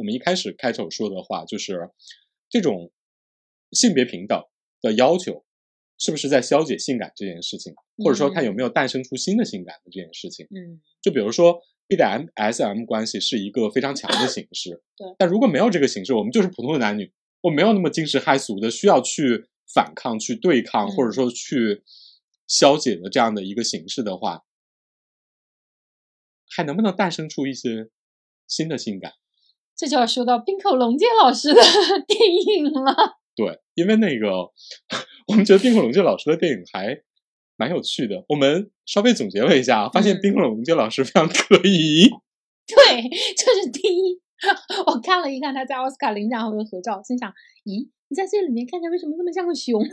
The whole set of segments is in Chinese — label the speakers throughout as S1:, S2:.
S1: 我们一开始开头说的话，就是这种性别平等的要求，是不是在消解性感这件事情，或者说看有没有诞生出新的性感的这件事情？
S2: 嗯
S1: 就比如说 BDSM 关系是一个非常强的形式，
S2: 对
S1: 但如果没有这个形式，我们就是普通的男女，我没有那么惊世骇俗的需要去反抗、去对抗，
S2: 嗯
S1: 或者说去消解的这样的一个形式的话，还能不能诞生出一些新的性感？
S2: 这就要说到冰口龙介老师的 电影了。
S1: 对，因为那个 我们觉得冰口龙介老师的电影还蛮有趣的。我们稍微总结了一下，发现
S2: 嗯
S1: 冰口龙介老师非常可疑。
S2: 对，这是第一。 我看了一看他在奥斯卡领奖后的合照，心想：咦，你在这里面看起来为什么那么像个熊？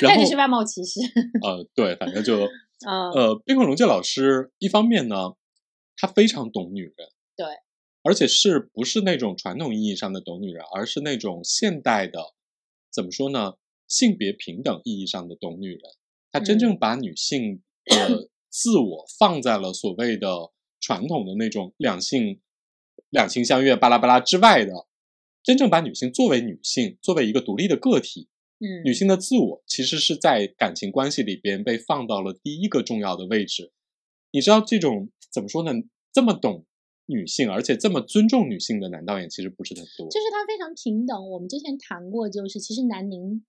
S1: 然
S2: 但
S1: 后
S2: 这是外貌歧视。
S1: 呃，对，反正就
S2: 嗯，
S1: 呃，冰口龙介老师一方面呢，他非常懂女人，
S2: 对，
S1: 而且是不是那种传统意义上的懂女人，而是那种现代的，怎么说呢，性别平等意义上的懂女人。他真
S2: 嗯
S1: 正把女性的 自我放在了所谓的传统的那种两性、两情相悦巴拉巴拉之外的，真正把女性作为女性，作为一个独立的个体，
S2: 嗯，
S1: 女性的自我其实是在感情关系里边被放到了第一个重要的位置。你知道这种怎么说呢？这么懂女性，而且这么尊重女性的男导演其实不是很多。
S2: 就是它非常平等。我们之前谈过，就是其实南宁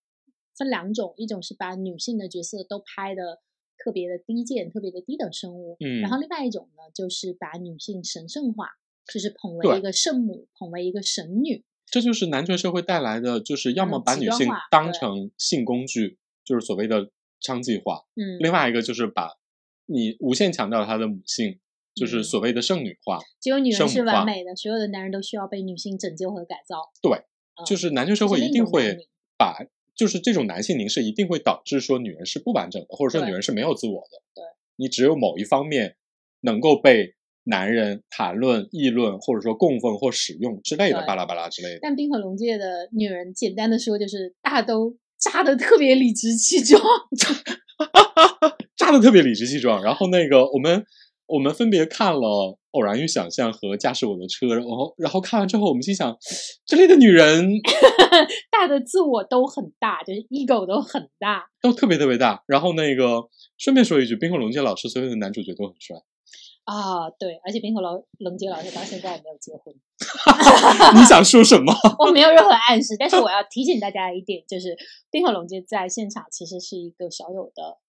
S2: 分两种，一种是把女性的角色都拍的特别的低贱、特别的低等生物，
S1: 嗯，
S2: 然后另外一种呢，就是把女性神圣化，就是捧
S1: 对
S2: 为一个圣母，捧为一个神女。
S1: 这就是男权社会带来的，就是要么
S2: 嗯
S1: 把
S2: 极
S1: 女
S2: 端
S1: 性
S2: 化
S1: 当
S2: 对
S1: 成性工具，就是所谓的娼妓化；
S2: 嗯，
S1: 另外一个就是把你无限强调她的母性，就是
S2: 嗯
S1: 所谓的剩女化。
S2: 只有女
S1: 圣
S2: 人是
S1: 母化
S2: 完美的，所有的男人都需要被女性拯救和改造。嗯
S1: 就是男权社
S2: 这是
S1: 会
S2: 另
S1: 一
S2: 一
S1: 定
S2: 种
S1: 会
S2: 男女
S1: 把，就是这种男性凝视一定会导致说女人是不完整的，或者说
S2: 对
S1: 女人是没有自我的。
S2: 对，
S1: 你只有某一方面能够被男人谈论、议论，或者说供奉或使用之类的，
S2: 对
S1: 巴拉巴拉之类的。
S2: 但冰火龙界的女人，简单的说就是大家都扎的特别理直气壮。
S1: 扎的特别理直气壮。然后那个我们我们分别看了《偶然与想象》和《驾驶我的车》，然后然后看完之后，我们心想，这类的女人
S2: 大的自我都很大，就是 ego 都很大。
S1: 都特别特别大。然后那个顺便说一句，冰火龙介老师所有的男主角都很帅。
S2: 啊，对，而且冰口龙龙杰老师到现在也没有结 婚，
S1: 你想说什么？
S2: 我没有任何暗示，但是我要提醒大家一点，就是冰口龙介在现场其实是一个少有的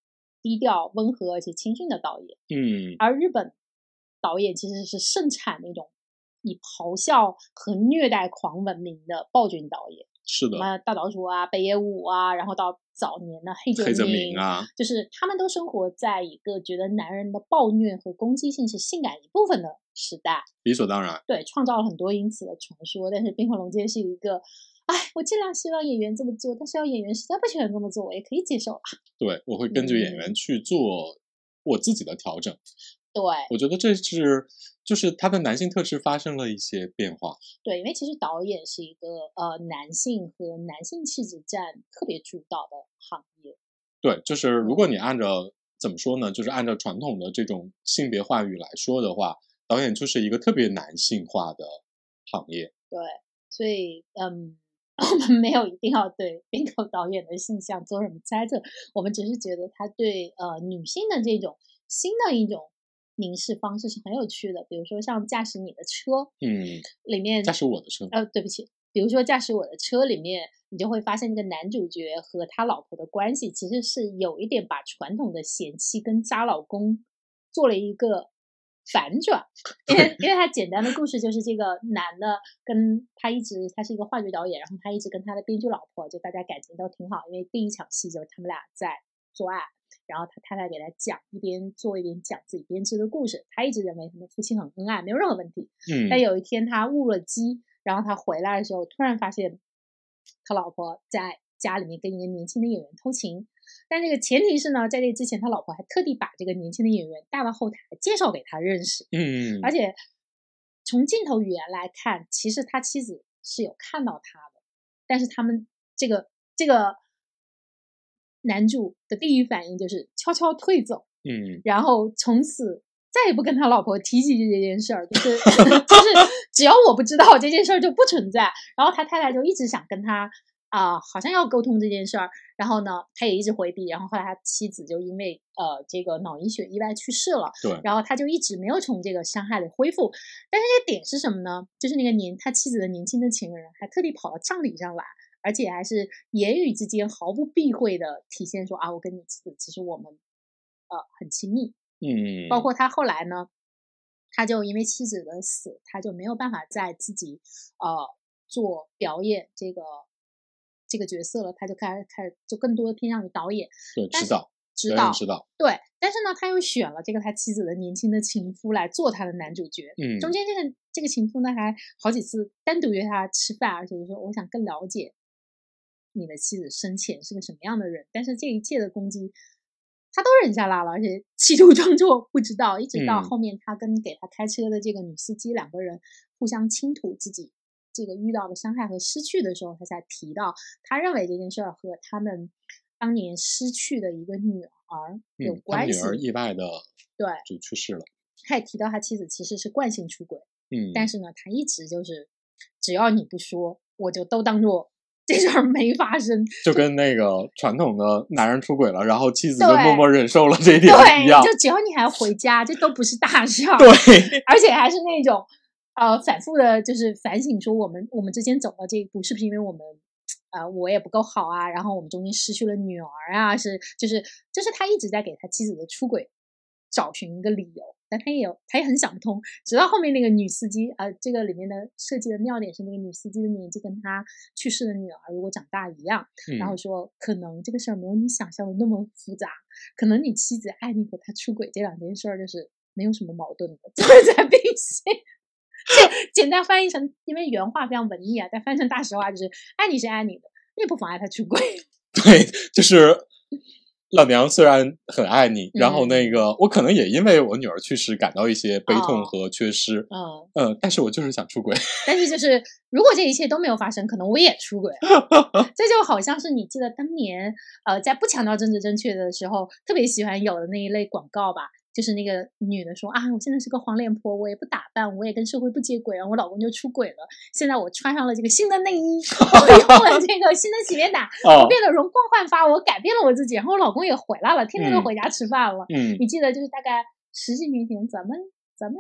S2: 低调、温和而且谦逊的导演，
S1: 嗯，
S2: 而日本导演其实是盛产那种以咆哮和虐待狂闻名的暴君导演，
S1: 是
S2: 什
S1: 的，
S2: 么大岛渚啊、北野武啊，然后到早年的黑泽
S1: 黑泽明啊，
S2: 就是他们都生活在一个觉得男人的暴虐和攻击性是性感一部分的时代，
S1: 理所当然。
S2: 对，创造了很多因此的传说。但是冰火龙介是一个，哎，我尽量希望演员这么做，但是要演员实在不喜欢这么做，我也可以接受啊。
S1: 对，我会根据演
S2: 嗯
S1: 员去做我自己的调整。
S2: 对
S1: 我觉得这是就是他的男性特质发生了一些变化。
S2: 对，因为其实导演是一个呃男性和男性气质占特别主导的行业，
S1: 对，就是如果你按照怎么说呢，就是按照传统的这种性别话语来说的话，导演就是一个特别男性化的行业。
S2: 对，所以嗯。 我们没有一定要对冰口导演的性向做什么猜测，我们只是觉得他对呃女性的这种新的一种凝视方式是很有趣的。比如说像《驾驶你的车》
S1: 嗯，
S2: 里面，
S1: 驾驶我的车，
S2: 呃，对不起，比如说《驾驶我的车》里面，你就会发现这个男主角和他老婆的关系其实是有一点把传统的贤妻跟渣老公做了一个反转，因为因为他简单的故事就是这个男的跟他一直他是一个话剧导演，然后他一直跟他的编剧老婆就大家感情都挺好，因为第一场戏就是他们俩在做爱。然后他太太给他讲，一边做一边讲自己编织的故事。他一直认为他们夫妻很恩爱，没有任何问题。
S1: 嗯，
S2: 但有一天他误了机，然后他回来的时候，突然发现他老婆在家里面跟一个年轻的演员偷情。但这个前提是呢，在这之前，他老婆还特地把这个年轻的演员带到后台，介绍给他认识。
S1: 嗯，
S2: 而且从镜头语言来看，其实他妻子是有看到他的，但是他们这个这个男主的第一反应就是悄悄退走，
S1: 嗯，
S2: 然后从此再也不跟他老婆提起这件事儿，就是 就是只要我不知道这件事儿就不存在。然后他太太就一直想跟他啊、好像要沟通这件事儿，然后呢，他也一直回避。然后后来他妻子就因为呃这个脑溢血意外去世了，
S1: 对
S2: 然后他就一直没有从这个伤害里恢复。但是这个点是什么呢？就是那个年他妻子的年轻的情人还特地跑到葬礼上来。而且还是言语之间毫不避讳的体现说啊，我跟你妻子其实我们呃很亲密，
S1: 嗯，
S2: 包括他后来呢，他就因为妻子的死，他就没有办法再自己呃做表演这个这个角色了，他就开始开始就更多的偏向于导演
S1: 对
S2: 但
S1: 指
S2: 是
S1: 导，
S2: 指
S1: 表
S2: 导
S1: 演，指导，
S2: 对。但是呢，他又选了这个他妻子的年轻的情夫来做他的男主角。
S1: 嗯，
S2: 中间这个这个情夫呢，还好几次单独约他吃饭，而且就说我想更了解你的妻子生前是个什么样的人。但是这一切的攻击，他都忍下来了，而且企图装作不知道，一直到
S1: 嗯
S2: 后面他跟给他开车的这个女司机两个人互相倾吐自己这个遇到的伤害和失去的时候，他才提到他认为这件事儿和他们当年失去的一个女儿
S1: 嗯他
S2: 有
S1: 们
S2: 关
S1: 女
S2: 系。
S1: 儿意外的
S2: 对，
S1: 就去世了，
S2: 他也提到他妻子其实是惯性出轨。
S1: 嗯，
S2: 但是呢，他一直就是，只要你不说，我就都当做这事儿没发生。
S1: 就跟那个传统的男人出轨了，然后妻子就默
S2: 对
S1: 默忍受了这一点一样
S2: 对，，就只要你还回家，这都不是大事儿。
S1: 对，
S2: 而且还是那种，呃，反复的，就是反省说我们我们之间走到这一步，是不是因为我们，呃，我也不够好啊，然后我们中间失去了女儿啊，是就是就是他一直在给他妻子的出轨找寻一个理由，但他也有他也很想不通，直到后面那个女司机，呃，这个里面的设计的妙点是那个女司机的年纪跟她去世的女儿如果长大一样，然后
S1: 嗯
S2: 说可能这个事儿没有你想象的那么复杂，可能你妻子爱你和他出轨这两件事儿就是没有什么矛盾的， 就是在并行。这简单翻译成，因为原话非常文艺啊，但翻译成大实话就是爱你是爱你的，你也不妨碍他出轨。
S1: 对，就是老娘虽然很爱你，然
S2: 嗯
S1: 后那个我可能也因为我女儿去世感到一些悲痛
S2: 哦
S1: 和缺失，
S2: 嗯，
S1: 嗯，但是我就是想出 轨，
S2: 但是就是如果这一切都没有发生，可能我也出轨。这就好像是你记得当年呃，在不强调政治正确的时候，特别喜欢有的那一类广告吧，就是那个女的说啊，我现在是个黄脸婆，我也不打扮，我也跟社会不接轨，然后我老公就出轨了。现在我穿上了这个新的内衣， 我用了这个新的洗面 奶，
S1: 哦
S2: 我，变得容光焕发，我改变了我自己，然后我老公也回来了，天天都回家吃饭了。
S1: 嗯，
S2: 你记得就是大概十几年前，咱们咱们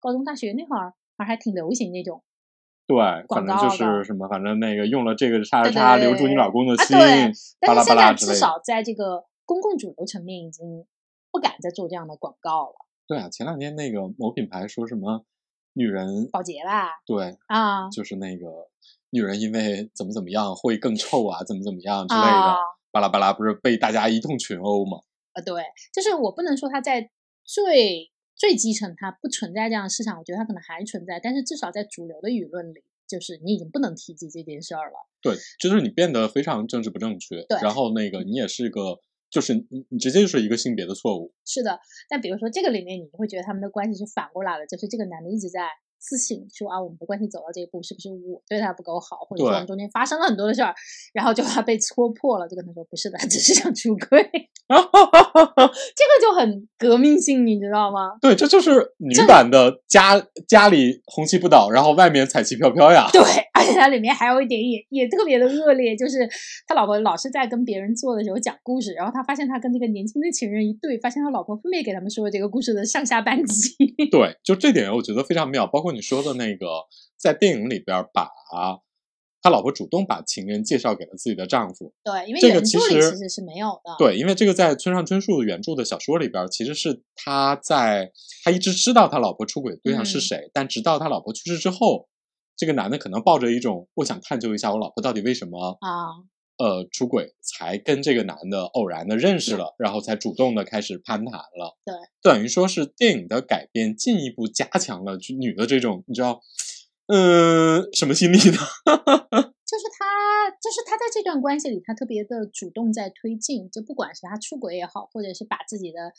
S2: 高中大学那会儿，好像还挺流行那种。
S1: 对，反
S2: 广
S1: 正
S2: 告
S1: 就
S2: 的
S1: 是什么，反正那个用了这个叉叉
S2: 对对
S1: 叉
S2: 对
S1: 留住你
S2: 对
S1: 老公的
S2: 啊
S1: 心，
S2: 对
S1: 巴
S2: 但
S1: 拉
S2: 是
S1: 巴
S2: 现
S1: 拉
S2: 在
S1: 之
S2: 至
S1: 类的。
S2: 少在这个公共主流层面已经不敢再做这样的广告了，
S1: 对啊，前两天那个某品牌说什么女人
S2: 保洁啦
S1: 对，
S2: 啊
S1: 就是那个女人因为怎么怎么样会更臭啊，怎么怎么样之类
S2: 啊
S1: 的，巴拉巴拉，不是被大家一通群殴吗？
S2: 呃，对，就是我不能说它在最最基层它不存在这样的市场，我觉得它可能还存在，但是至少在主流的舆论里，就是你已经不能提及这件事儿了。
S1: 对，就是你变得非常政治不正确，
S2: 对嗯
S1: 然后那个你也是个，就是你你直接就是一个性别的错误，
S2: 是的，但比如说这个里面，你会觉得他们的关系是反过来的，就是这个男的一直在自省，说啊，我们的关系走到这一步，是不是我对他不够好，或者说
S1: 对
S2: 我们中间发生了很多的事儿，然后就怕被戳破了，就跟他说不是的，只是想出 轨，这个就很革命性，你知道吗？
S1: 对，这就是女
S2: 这
S1: 版的家家里红旗不倒，然后外面彩旗飘飘呀，
S2: 对，而且它里面还有一点也也特别的恶劣，就是他老婆老是在跟别人做的时候讲故事，然后他发现他跟那个年轻的情人一对，发现他老婆分别给他们说了这个故事的上下半集。
S1: 对，就这点我觉得非常妙。包括你说的那个，在电影里边儿把他老婆主动把情人介绍给了自己的丈夫，
S2: 对，因为
S1: 这个
S2: 原
S1: 其
S2: 著里
S1: 实
S2: 其实是没有的。
S1: 对，因为这个在村上春树原著的小说里边儿，其实是他在他一直知道他老婆出轨对象是
S2: 嗯
S1: 谁，但直到他老婆去世之后，这个男的可能抱着一种我想探究一下我老婆到底为什么
S2: 啊，
S1: 呃出轨，才跟这个男的偶然的认识了，然后才主动的开始攀谈了。
S2: 对，
S1: 等于说是电影的改编进一步加强了就女的这种你知道，嗯、什么心理呢？
S2: 就是他，就是他在这段关系里，他特别的主动在推进，就不管是他出轨也好，或者是把自己的，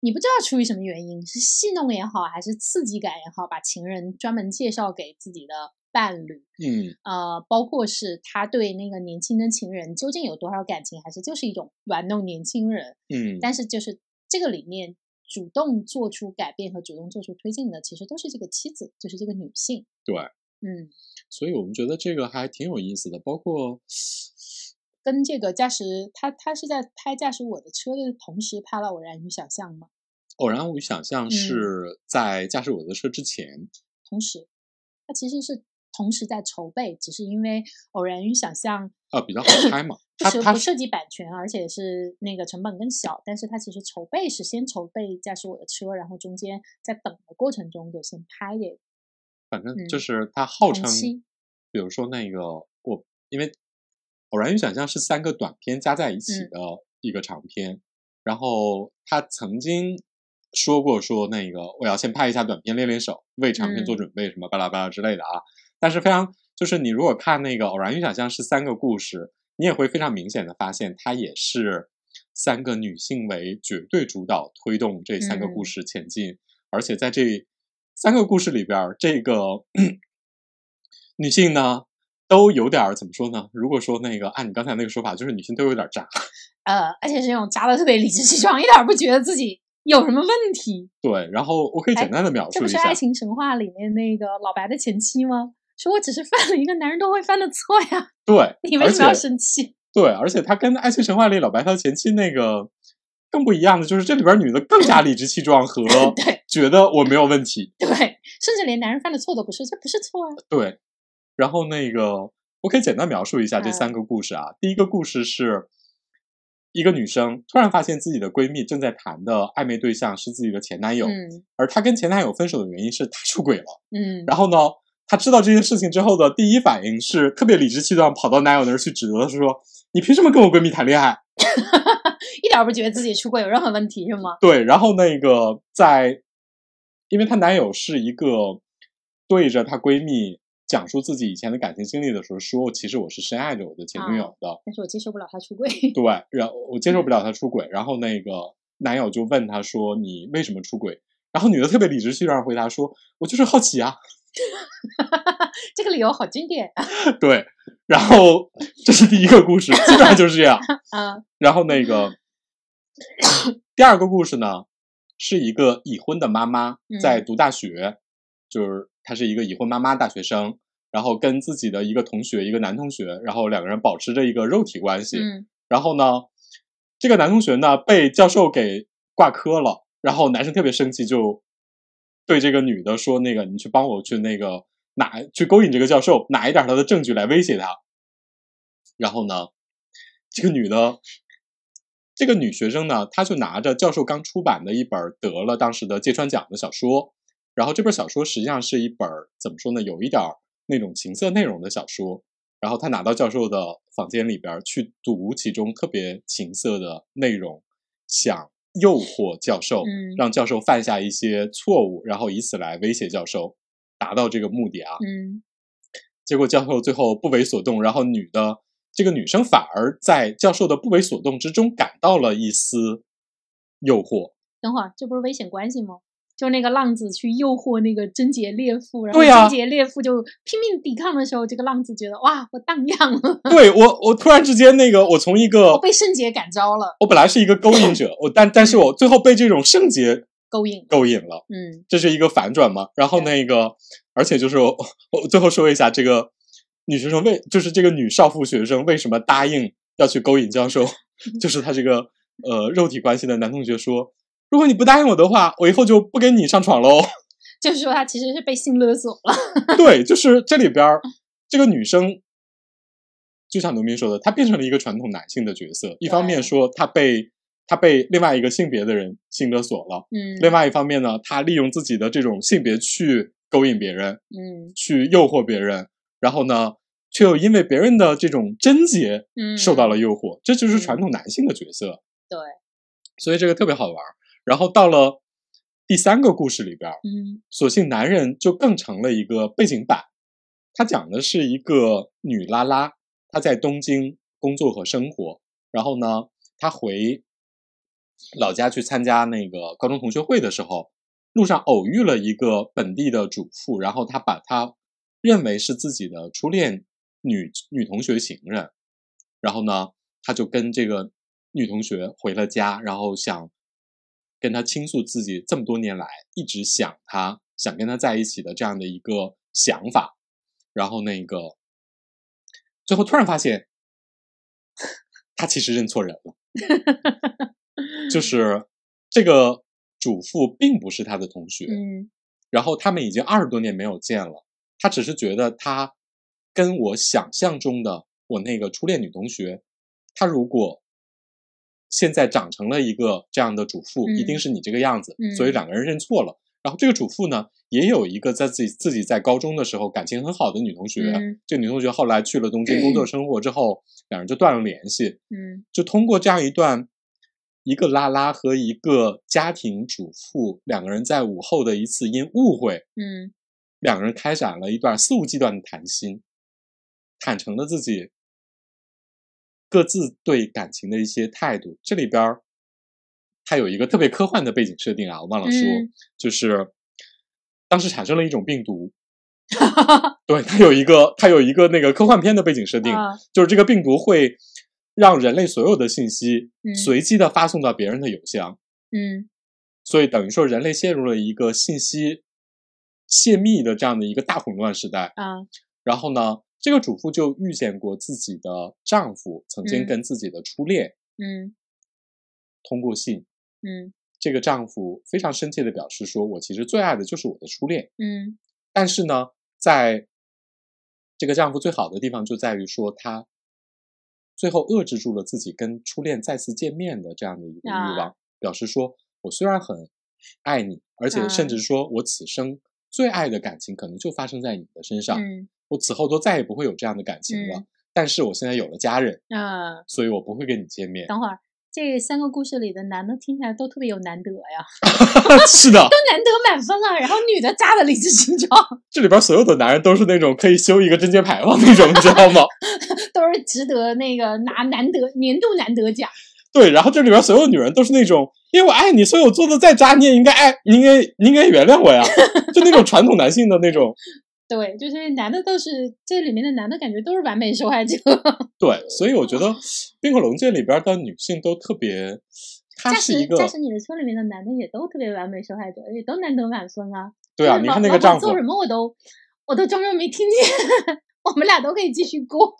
S2: 你不知道出于什么原因，是戏弄也好，还是刺激感也好，把情人专门介绍给自己的伴侣，
S1: 嗯，
S2: 呃，包括是他对那个年轻的情人究竟有多少感情，还是就是一种玩弄年轻人，
S1: 嗯，
S2: 但是就是这个里面主动做出改变和主动做出推进的，其实都是这个妻子，就是这个女性。
S1: 对，
S2: 嗯，
S1: 所以我们觉得这个还挺有意思的。包括
S2: 跟这个驾驶他他是在拍《驾驶我的车》的同时拍了《偶然与想象》吗？
S1: 偶然无想
S2: 嗯
S1: 象是在驾驶我的车之前，
S2: 同时，他其实是同时在筹备，只是因为《偶然与想象》
S1: 啊比较 好拍嘛。
S2: 不
S1: 他
S2: 涉
S1: 他
S2: 不涉及版权，而且是那个成本更小，但是它其实筹备是先筹备驾驶我的车，然后中间在等的过程中就先拍这个。
S1: 反正
S2: 嗯
S1: 就是他号
S2: 同
S1: 称，
S2: 期
S1: 比如说那个我，因为《偶然与想象》是三个短片加在一起
S2: 嗯
S1: 的一个长片，然后他曾经说过说那个我要先拍一下短片练练手，为长片做
S2: 嗯
S1: 准备什么巴拉巴拉之类的啊。但是非常就是你如果看那个《偶然与想象》是三个故事，你也会非常明显的发现，它也是三个女性为绝对主导推动这三个故
S2: 嗯
S1: 事前进，而且在这三个故事里边儿，这个 女性呢都有点儿怎么说呢？如果说那个按你刚才那个说法，就是女性都有点儿渣，
S2: 呃，而且是那种扎的特别理直气壮，一点儿不觉得自己有什么问题。
S1: 对。然后我可以
S2: 哎
S1: 简单的描
S2: 这
S1: 述
S2: 不
S1: 一
S2: 是
S1: 下，
S2: 《爱情神话》里面那个老白的前妻吗？说我只是犯了一个男人都会犯的错呀，
S1: 对，
S2: 你
S1: 而
S2: 为什么要
S1: 且
S2: 生气？
S1: 对，而且他跟《爱情神话》里老白他前妻那个更不一样的，就是这里边女的更加理直气壮和
S2: 对
S1: 觉得我没有问题。
S2: 对，甚至连男人犯的错都不是，这不是错啊。
S1: 对，然后那个我可以简单描述一下这
S2: 嗯
S1: 三个故事啊。第一个故事是一个女生突然发现自己的闺蜜正在谈的暧昧对象是自己的前男友，
S2: 嗯
S1: 而她跟前男友分手的原因是她出轨了。
S2: 嗯，
S1: 然后呢，她知道这件事情之后的第一反应是特别理直气壮跑到男友那儿去指责，说：“你凭什么跟我闺蜜谈恋爱？”
S2: 一点儿不觉得自己出轨有任何问题是吗？
S1: 对，然后那个在，因为她男友是一个对着她闺蜜讲述自己以前的感情经历的时候说，其实我是深爱着我的前女友的，
S2: 但是我接受不了他出轨。
S1: 对，然后我接受不了她出轨，然后那个男友就问她说你为什么出轨？然后女的特别理直气壮回答说，我就是好奇啊，
S2: 这个理由好经典啊！
S1: 对，然后这是第一个故事，基本上就是这样。
S2: 啊
S1: 然后那 个第二个故事呢，是一个已婚的妈妈
S2: 嗯
S1: 在读大学，就是她是一个已婚妈妈大学生，然后跟自己的一个同学，一个男同学，然后两个人保持着一个肉体关系。
S2: 嗯
S1: 然后呢，这个男同学呢被教授给挂科了，然后男生特别生气，就对这个女的说：“那个你去帮我去那个拿去勾引这个教授，拿一点他的证据来威胁他。”然后呢，这个女的，这个女学生呢，她就拿着教授刚出版的一本得了当时的芥川奖的小说，然后这本小说实际上是一本怎么说呢，有一点儿那种情色内容的小说。然后他拿到教授的房间里边儿去读其中特别情色的内容，想诱惑教授，
S2: 嗯
S1: 让教授犯下一些错误，然后以此来威胁教授，达到这个目的啊。
S2: 嗯
S1: 结果教授最后不为所动，然后女的这个女生反而在教授的不为所动之中感到了一丝诱惑。
S2: 等会儿，这不是危险关系吗？就那个浪子去诱惑那个贞洁烈妇，然后
S1: 对呀
S2: 贞洁烈妇就拼命抵抗的时候，这个浪子觉得哇，我荡漾了，
S1: 对我，我突然之间那个，我从一个
S2: 嗯我被圣洁感召了，
S1: 我本来是一个勾引者，我但但是我最后被这种圣洁
S2: 勾引。
S1: 勾引了。
S2: 嗯
S1: 这是一个反转嘛。然后那个，而且就是我我最后说一下，这个女学生为就是这个女少妇学生为什么答应要去勾引教 授，就是她这个呃肉体关系的男同学说，如果你不答应我的话，我以后就不跟你上床喽。
S2: 就是说他其实是被性勒索了。
S1: 对，就是这里边儿这个女生。就像农民说的，她变成了一个传统男性的角色。一方面
S2: 对
S1: 说她被她被另外一个性别的人性勒索了，
S2: 嗯，
S1: 另外一方面呢，她利用自己的这种性别去勾引别人，
S2: 嗯
S1: 去诱惑别人，然后呢，却又因为别人的这种贞洁
S2: 嗯，
S1: 受到了诱惑，这就是传
S2: 嗯
S1: 统男性的角色。
S2: 对，
S1: 所以这个特别好玩儿。然后到了第三个故事里边儿，
S2: 嗯
S1: 索性男人就更成了一个背景板。他讲的是一个女拉拉，她在东京工作和生活，然后呢，她回老家去参加那个高中同学会的时候，路上偶遇了一个本地的主妇，然后她把她认为是自己的初恋女女同学情人，然后呢，她就跟这个女同学回了家，然后想跟他倾诉自己这么多年来一直想他、想跟他在一起的这样的一个想法，然后那个最后突然发现，他其实认错人了，就是这个主妇并不是他的同学，
S2: 嗯
S1: 然后他们已经二十多年没有见了，他只是觉得他跟我想象中的我那个初恋女同学，她如果现在长成了一个这样的主妇，
S2: 嗯
S1: 一定是你这个样子，所以
S2: 嗯
S1: 两个人认错了。然后这个主妇呢，也有一个在自己自己在高中的时候感情很好的女同学，
S2: 嗯
S1: 这个女同学后来去了东京工作生活之后，两人就断了联系。
S2: 嗯
S1: 就通过这样一段一个拉拉和一个家庭主妇两个人在午后的一次因误会，
S2: 嗯
S1: 两个人开展了一段肆无忌惮的谈心，坦诚了自己各自对感情的一些态度。这里边儿它有一个特别科幻的背景设定啊，我忘了说，
S2: 嗯
S1: 就是当时产生了一种病毒。对，它有一个，它有一个那个科幻片的背景设定，
S2: 啊
S1: 就是这个病毒会让人类所有的信息
S2: 嗯
S1: 随机的发送到别人的邮箱，
S2: 嗯
S1: 所以等于说人类陷入了一个信息泄密的这样的一个大混乱时代。
S2: 啊
S1: 然后呢，这个主妇就遇见过自己的丈夫曾经
S2: 嗯
S1: 跟自己的初恋
S2: 嗯
S1: 通过信，
S2: 嗯
S1: 这个丈夫非常深切的表示说：“我其实最爱的就是我的初恋。”
S2: 嗯
S1: 但是呢，在这个丈夫最好的地方就在于说，他最后遏制住了自己跟初恋再次见面的这样的一个欲
S2: 啊
S1: 望，表示说我虽然很爱你，而且甚
S2: 啊
S1: 至说我此生最爱的感情可能就发生在你的身上，
S2: 嗯
S1: 我此后都再也不会有这样的感情了。
S2: 嗯
S1: 但是我现在有了家人，
S2: 啊！
S1: 所以我不会跟你见面。
S2: 等会儿，这三个故事里的男的听起来都特别有难得呀，
S1: 是的，
S2: 都难得满分了，然后女的扎的理直气壮，
S1: 这里边所有的男人都是那种可以修一个贞节牌坊那种，你知道吗？
S2: 都是值得那个拿难得年度难得奖。
S1: 对，然后这里边所有女人都是那种，因为我爱你，所以我做的再渣，你也应该爱，你应该你应该原谅我 呀，就那种传统男性的那种。
S2: 对，就是男的都是这里面的男的感觉都是完美受害者，
S1: 对，所以我觉得《冰火龙界》里边的女性都特别，她
S2: 驾
S1: 是
S2: 驶
S1: 一个
S2: 驾驶你的车里面的男的也都特别完美受害者，也都难得满分啊。
S1: 对啊，
S2: 就是
S1: 你
S2: 老
S1: 看那
S2: 老
S1: 个
S2: 板
S1: 丈夫
S2: 做什么我都我都装作没听见， 我们俩都可以继续过。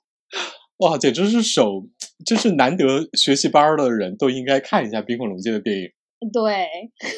S1: 哇，简直是手，真是难得学习班儿的人都应该看一下《冰火龙界》的电影。
S2: 对，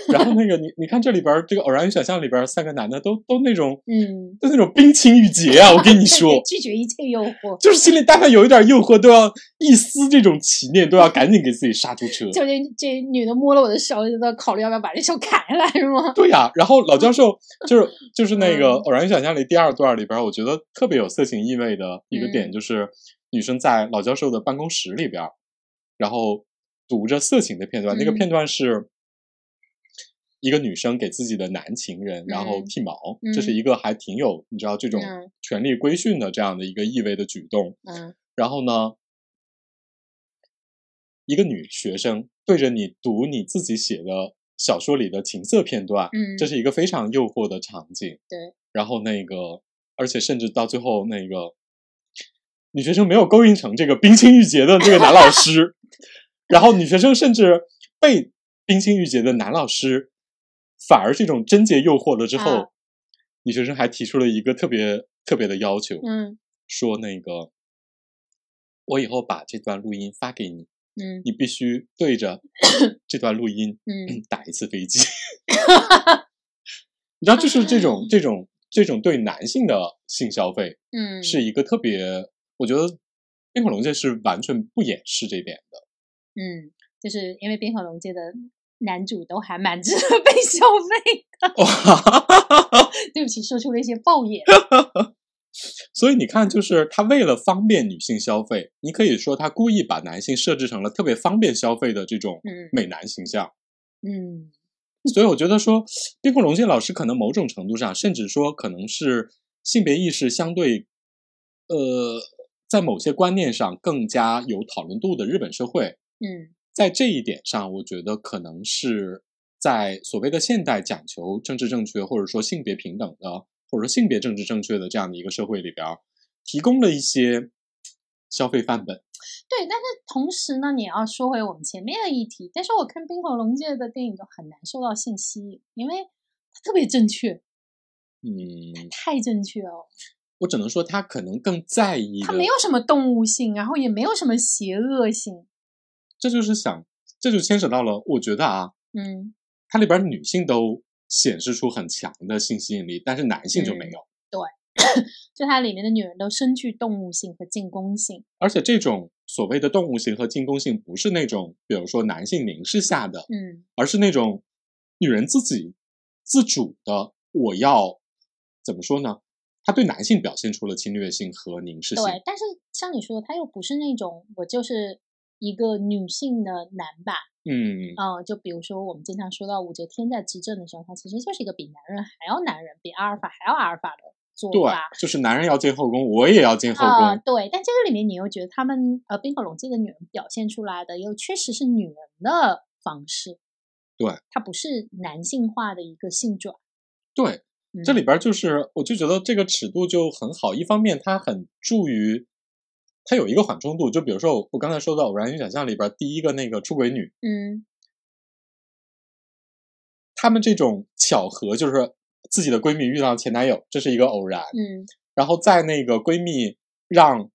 S1: 然后那个你你看这里边儿这个《偶然与想象》里边儿三个男的都都那种
S2: 嗯，
S1: 都那种冰清玉洁啊，我跟你 说，
S2: 拒绝一切诱惑，
S1: 就是心里但凡有一点诱惑，都要一丝这种执念，都要赶紧给自己刹住车。
S2: 就这这女的摸了我的手，就在考虑要不要把这手砍下来，是吗？
S1: 对呀、然后老教 授就是就是那个《
S2: 嗯
S1: 偶然与想象》里第二段里边儿，我觉得特别有色情意味的一个点，
S2: 嗯
S1: 就是女生在老教授的办公室里边儿，然后读着色情的片段。那个
S2: 嗯
S1: 片段是一个女生给自己的男情人，然后
S2: 嗯
S1: 剃毛，这是
S2: 嗯
S1: 一个还挺有你知道这种
S2: 嗯
S1: 权力规训的这样的一个意味的举动。
S2: 嗯
S1: 然后呢，一个女学生对着你读你自己写的小说里的情色片段，
S2: 嗯，
S1: 这是一个非常诱惑的场景。
S2: 对，
S1: 然后那个，而且甚至到最后那个女学生没有勾引成这个冰清玉洁的这个男老师， 然后女学生甚至被冰清玉洁的男老师反而这种贞洁诱惑了之后，
S2: 啊
S1: 女学生还提出了一个特别特别的要求，
S2: 嗯
S1: 说那个，我以后把这段录音发给你，
S2: 嗯
S1: 你必须对 着这段录音
S2: 嗯
S1: 打一次 飞机。你知道，就是这种这种这种对男性的性消费，
S2: 嗯，
S1: 是一个特别，我觉得《冰火龙界》是完全不掩饰这点 的。
S2: 嗯，就是因为冰火龙界的男主都还蛮值得被消费。
S1: 哇，
S2: 对不起，说出了一些暴言。
S1: 所以你看，就是他为了方便女性消费，你可以说他故意把男性设置成了特别方便消费的这种
S2: 嗯
S1: 美男形象。
S2: 嗯
S1: 所以我觉得说，冰库龙介老师可能某种程度上，甚至说可能是性别意识相对，呃，在某些观念上更加有讨论度的日本社会，
S2: 嗯
S1: 在这一点上，我觉得可能是在所谓的现代讲求政治正确，或者说性别平等的，或者说性别政治正确的这样的一个社会里边儿，提供了一些消费范本。
S2: 对，但是同时呢，你也要说回我们前面的议题。但是我看冰火龙界的电影就很难受到性吸引，因为它特别正确，
S1: 嗯，
S2: 太正确哦。
S1: 我只能说他可能更在意
S2: 它
S1: 的
S2: 没有什么动物性，然后也没有什么邪恶性。
S1: 这就是想，这就牵扯到了，我觉得啊，
S2: 嗯，
S1: 它里边女性都显示出很强的性吸引力，但是男性就没有。
S2: 就它里面的女人都深具动物性和进攻性。
S1: 而且这种所谓的动物性和进攻性，不是那种比如说男性凝视下的，
S2: 嗯，
S1: 而是那种女人自己自主的，我要怎么说呢？她对男性表现出了侵略性和凝视性。
S2: 对。但是像你说的，它又不是那种我就是一个女性的男版。
S1: 嗯，
S2: 嗯，就比如说我们经常说到武则天在执政的时候，她其实就是一个比男人还要男人，比阿尔法还要阿尔法的做
S1: 对
S2: 法。，
S1: 就是男人要进后宫，我也要进后宫。
S2: 啊、对，但这个里面你又觉得他们呃冰火龙界的女人表现出来的又确实是女人的方式，
S1: 对，
S2: 它不是男性化的一个性转。
S1: 对，
S2: 嗯、
S1: 这里边就是，我就觉得这个尺度就很好。一方面，它很助于，它有一个缓冲度。就比如说我我刚才说的《偶然与想象》里边第一个那个出轨女，
S2: 嗯
S1: 她们这种巧合，就是自己的闺蜜遇到前男友，这是一个偶然。
S2: 嗯
S1: 然后在那个闺蜜让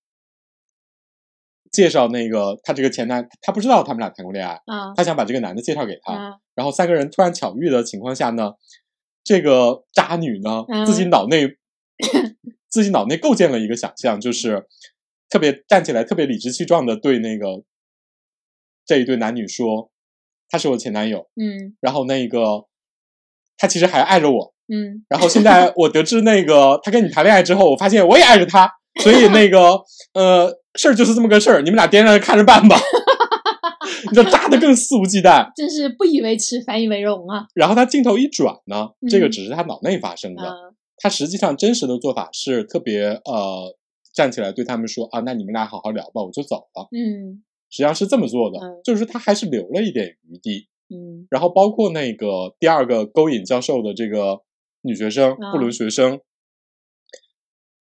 S1: 介绍那个她这个前男，她不知道他们俩谈过恋爱，
S2: 啊
S1: 她想把这个男的介绍给她。
S2: 啊
S1: 然后三个人突然巧遇的情况下呢，这个渣女呢
S2: 嗯
S1: 自己脑内、自己脑内构建了一个想象，就是特别站起来特别理直气壮的对那个这一对男女说，他是我前男友，
S2: 嗯
S1: 然后那个他其实还爱着我，
S2: 嗯
S1: 然后现在我得知那个他跟你谈恋爱之后，我发现我也爱着他，所以那个呃事儿就是这么个事儿，你们俩掂量着看着办吧。 你就扎的更肆无忌惮，
S2: 真是不以为耻，反以为荣啊！
S1: 然后他镜头一转呢，这个
S2: 嗯
S1: 只是他脑内发生的，
S2: 啊
S1: 他实际上真实的做法是特别呃，站起来对他们说啊，那你们俩好好聊吧，我就走了。
S2: 嗯
S1: 实际上是这么做的，
S2: 嗯
S1: 就是他还是留了一点余地。
S2: 嗯
S1: 然后包括那个第二个勾引教授的这个女学生
S2: 啊
S1: 布伦学生，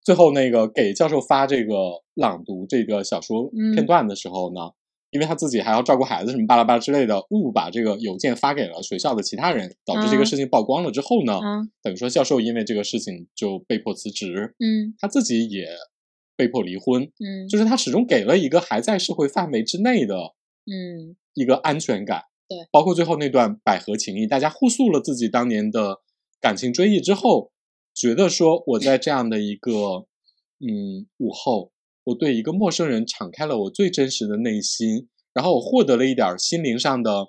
S1: 最后那个给教授发这个朗读这个小说
S2: 嗯
S1: 片段的时候呢，因为他自己还要照顾孩子什么巴拉巴拉之类的，误把这个邮件发给了学校的其他人，导致这
S2: 啊
S1: 个事情曝光了之后呢，
S2: 啊
S1: 等于说教授因为这个事情就被迫辞职，
S2: 嗯
S1: 他自己也被迫离婚，
S2: 嗯
S1: 就是他始终给了一个还在社会范围之内的
S2: 嗯
S1: 一个安全感。
S2: 对，
S1: 包括最后那段百合情谊，大家互诉了自己当年的感情追忆之后，觉得说我在这样的一个嗯午后，我对一个陌生人敞开了我最真实的内心，然后我获得了一点儿心灵上的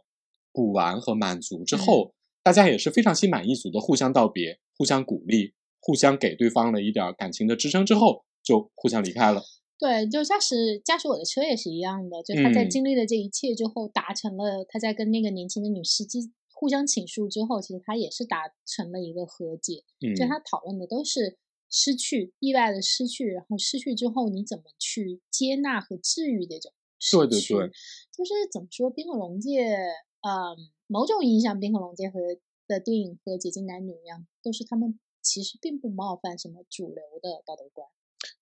S1: 补完和满足之后，大家也是非常心满意足的互相道别、互相鼓励、互相给对方了一点儿感情的支撑之后，就互相离开了。
S2: 对，就驾驶驾驶我的车也是一样的，就他在
S1: 嗯
S2: 经历了这一切之后，达成了他在跟那个年轻的女司机互相倾诉之后，其实他也是达成了一个和解。
S1: 嗯，
S2: 就他讨论的都是失去、意外的失去，然后失去之后你怎么去接纳和治愈这种失
S1: 对对
S2: 去
S1: 对，
S2: 就是怎么说，冰河龙界，嗯，某种意义上，冰河龙界和的电影和《解禁男女》一样，都是他们其实并不冒犯什么主流的道德观。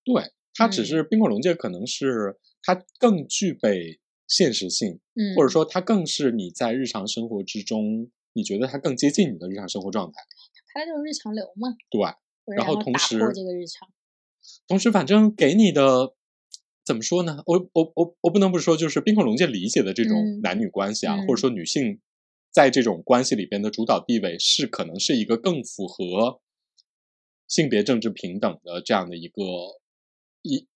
S1: 对，它只
S2: 嗯
S1: 是冰火龙界，可能是它更具备现实性，
S2: 嗯，
S1: 或者说它更是你在日常生活之中，你觉得它更接近你的日常生活状态。
S2: 他就是日常流嘛。
S1: 对，
S2: 我
S1: 然后
S2: 要
S1: 同
S2: 打
S1: 时
S2: 破这个日常，
S1: 同时，反正给你的怎么说呢？我我我我不能不说，就是冰火龙界理解的这种
S2: 嗯
S1: 男女关系啊，
S2: 嗯
S1: 或者说女性在这种关系里边的主导地位，是可能是一个更符合性别政治平等的这样的一个一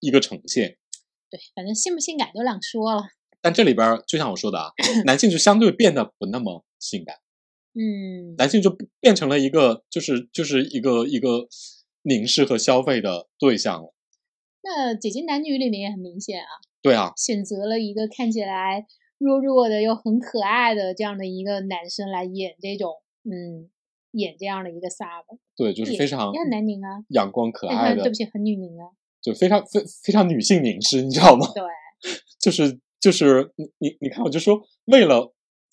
S1: 一个呈现。
S2: 对，反正性不性感都两说了。
S1: 但这里边儿就像我说的啊，男性就相对变得不那么性感，
S2: 嗯，
S1: 男性就变成了一个就是就是一个一个凝视和消费的对象了。
S2: 那《解禁男女》里面也很明显啊，
S1: 对啊，
S2: 选择了一个看起来弱弱的又很可爱的这样的一个男生来演这种，嗯，演这样的一个撒吧，
S1: 对，就是
S2: 也
S1: 非常
S2: 也很难拧啊。
S1: 阳光可
S2: 但
S1: 爱
S2: 是对
S1: 的
S2: 不，起，很女凝啊。
S1: 就非常非非常女性凝视，你知道吗？
S2: 对，
S1: 就是就是你你你看，我就说为了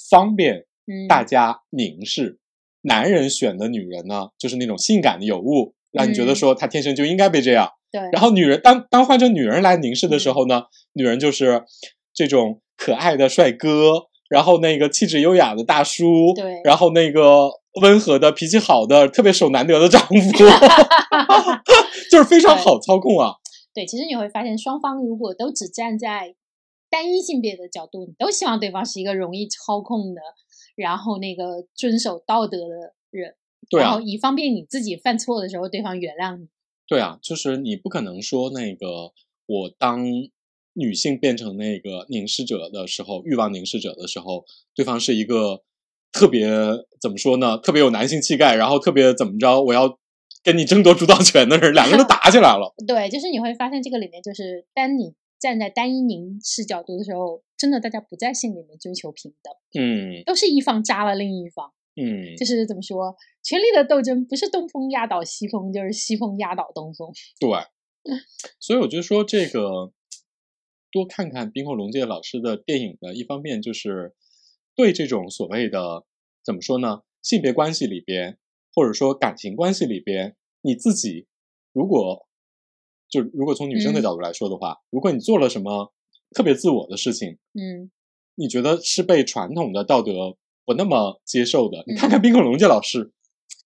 S1: 方便
S2: 嗯，
S1: 大家凝视，男人选的女人呢，就是那种性感的尤物，让你觉得
S2: 嗯
S1: 说她天生就应该被这样。
S2: 对，
S1: 然后女人当当换成女人来凝视的时候呢，女人就是这种可爱的帅哥，然后那个气质优雅的大叔，
S2: 对
S1: 然后那个温和的、脾气好的、特别守难得的 丈夫，就是非常好操控啊。
S2: 对，其实你会发现，双方如果都只站在单一性别的角度，你都希望对方是一个容易操控的，然后那个遵守道德的人，
S1: 对
S2: 然
S1: 啊
S2: 后，以方便你自己犯错的时候，对方原谅你。
S1: 对啊，就是你不可能说那个我当女性变成那个凝视者的时候，欲望凝视者的时候，对方是一个特别怎么说呢？特别有男性气概，然后特别怎么着，我要跟你争夺主导权的人，两 个人都打起来了。
S2: 对，就是你会发现这个里面，就是当你站在单一凝视角度的时候，真的大家不在性里面追求平等，
S1: 嗯
S2: 都是一方扎了另一方。
S1: 嗯，
S2: 就是怎么说，权力的斗争不是东风压倒西风，就是西风压倒东风。
S1: 对。
S2: 嗯
S1: 所以我就说这个。多看看冰火龙介老师的电影呢，一方面就是对这种所谓的怎么说呢，性别关系里边，或者说感情关系里边，你自己如果就如果从女生的
S2: 嗯
S1: 角度来说的话，如果你做了什么特别自我的事情，
S2: 嗯，
S1: 你觉得是被传统的道德不那么接受的，你
S2: 嗯
S1: 看看冰火龙介老师，